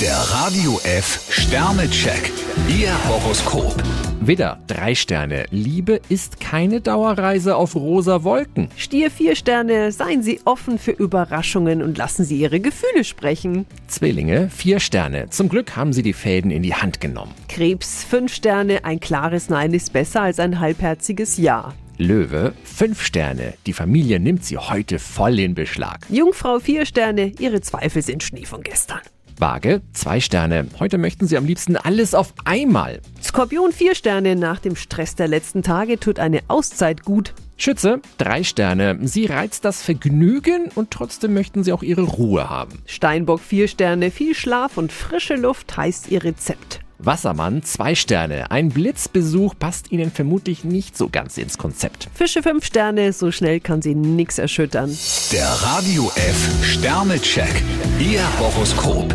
Der Radio F Sternecheck. Ihr Horoskop. Widder, drei Sterne. Liebe ist keine Dauerreise auf rosa Wolken. Stier vier Sterne, seien Sie offen für Überraschungen und lassen Sie Ihre Gefühle sprechen. Zwillinge, vier Sterne. Zum Glück haben sie die Fäden in die Hand genommen. Krebs fünf Sterne, ein klares Nein ist besser als ein halbherziges Ja. Löwe, fünf Sterne. Die Familie nimmt sie heute voll in Beschlag. Jungfrau vier Sterne, Ihre Zweifel sind Schnee von gestern. Waage, zwei Sterne. Heute möchten sie am liebsten alles auf einmal. Skorpion vier Sterne, nach dem Stress der letzten Tage tut eine Auszeit gut. Schütze, drei Sterne. Sie reizt das Vergnügen und trotzdem möchten sie auch ihre Ruhe haben. Steinbock vier Sterne, viel Schlaf und frische Luft heißt Ihr Rezept. Wassermann, zwei Sterne. Ein Blitzbesuch passt ihnen vermutlich nicht so ganz ins Konzept. Fische fünf Sterne, so schnell kann sie nix erschüttern. Der Radio F Sternecheck. Ihr Horoskop.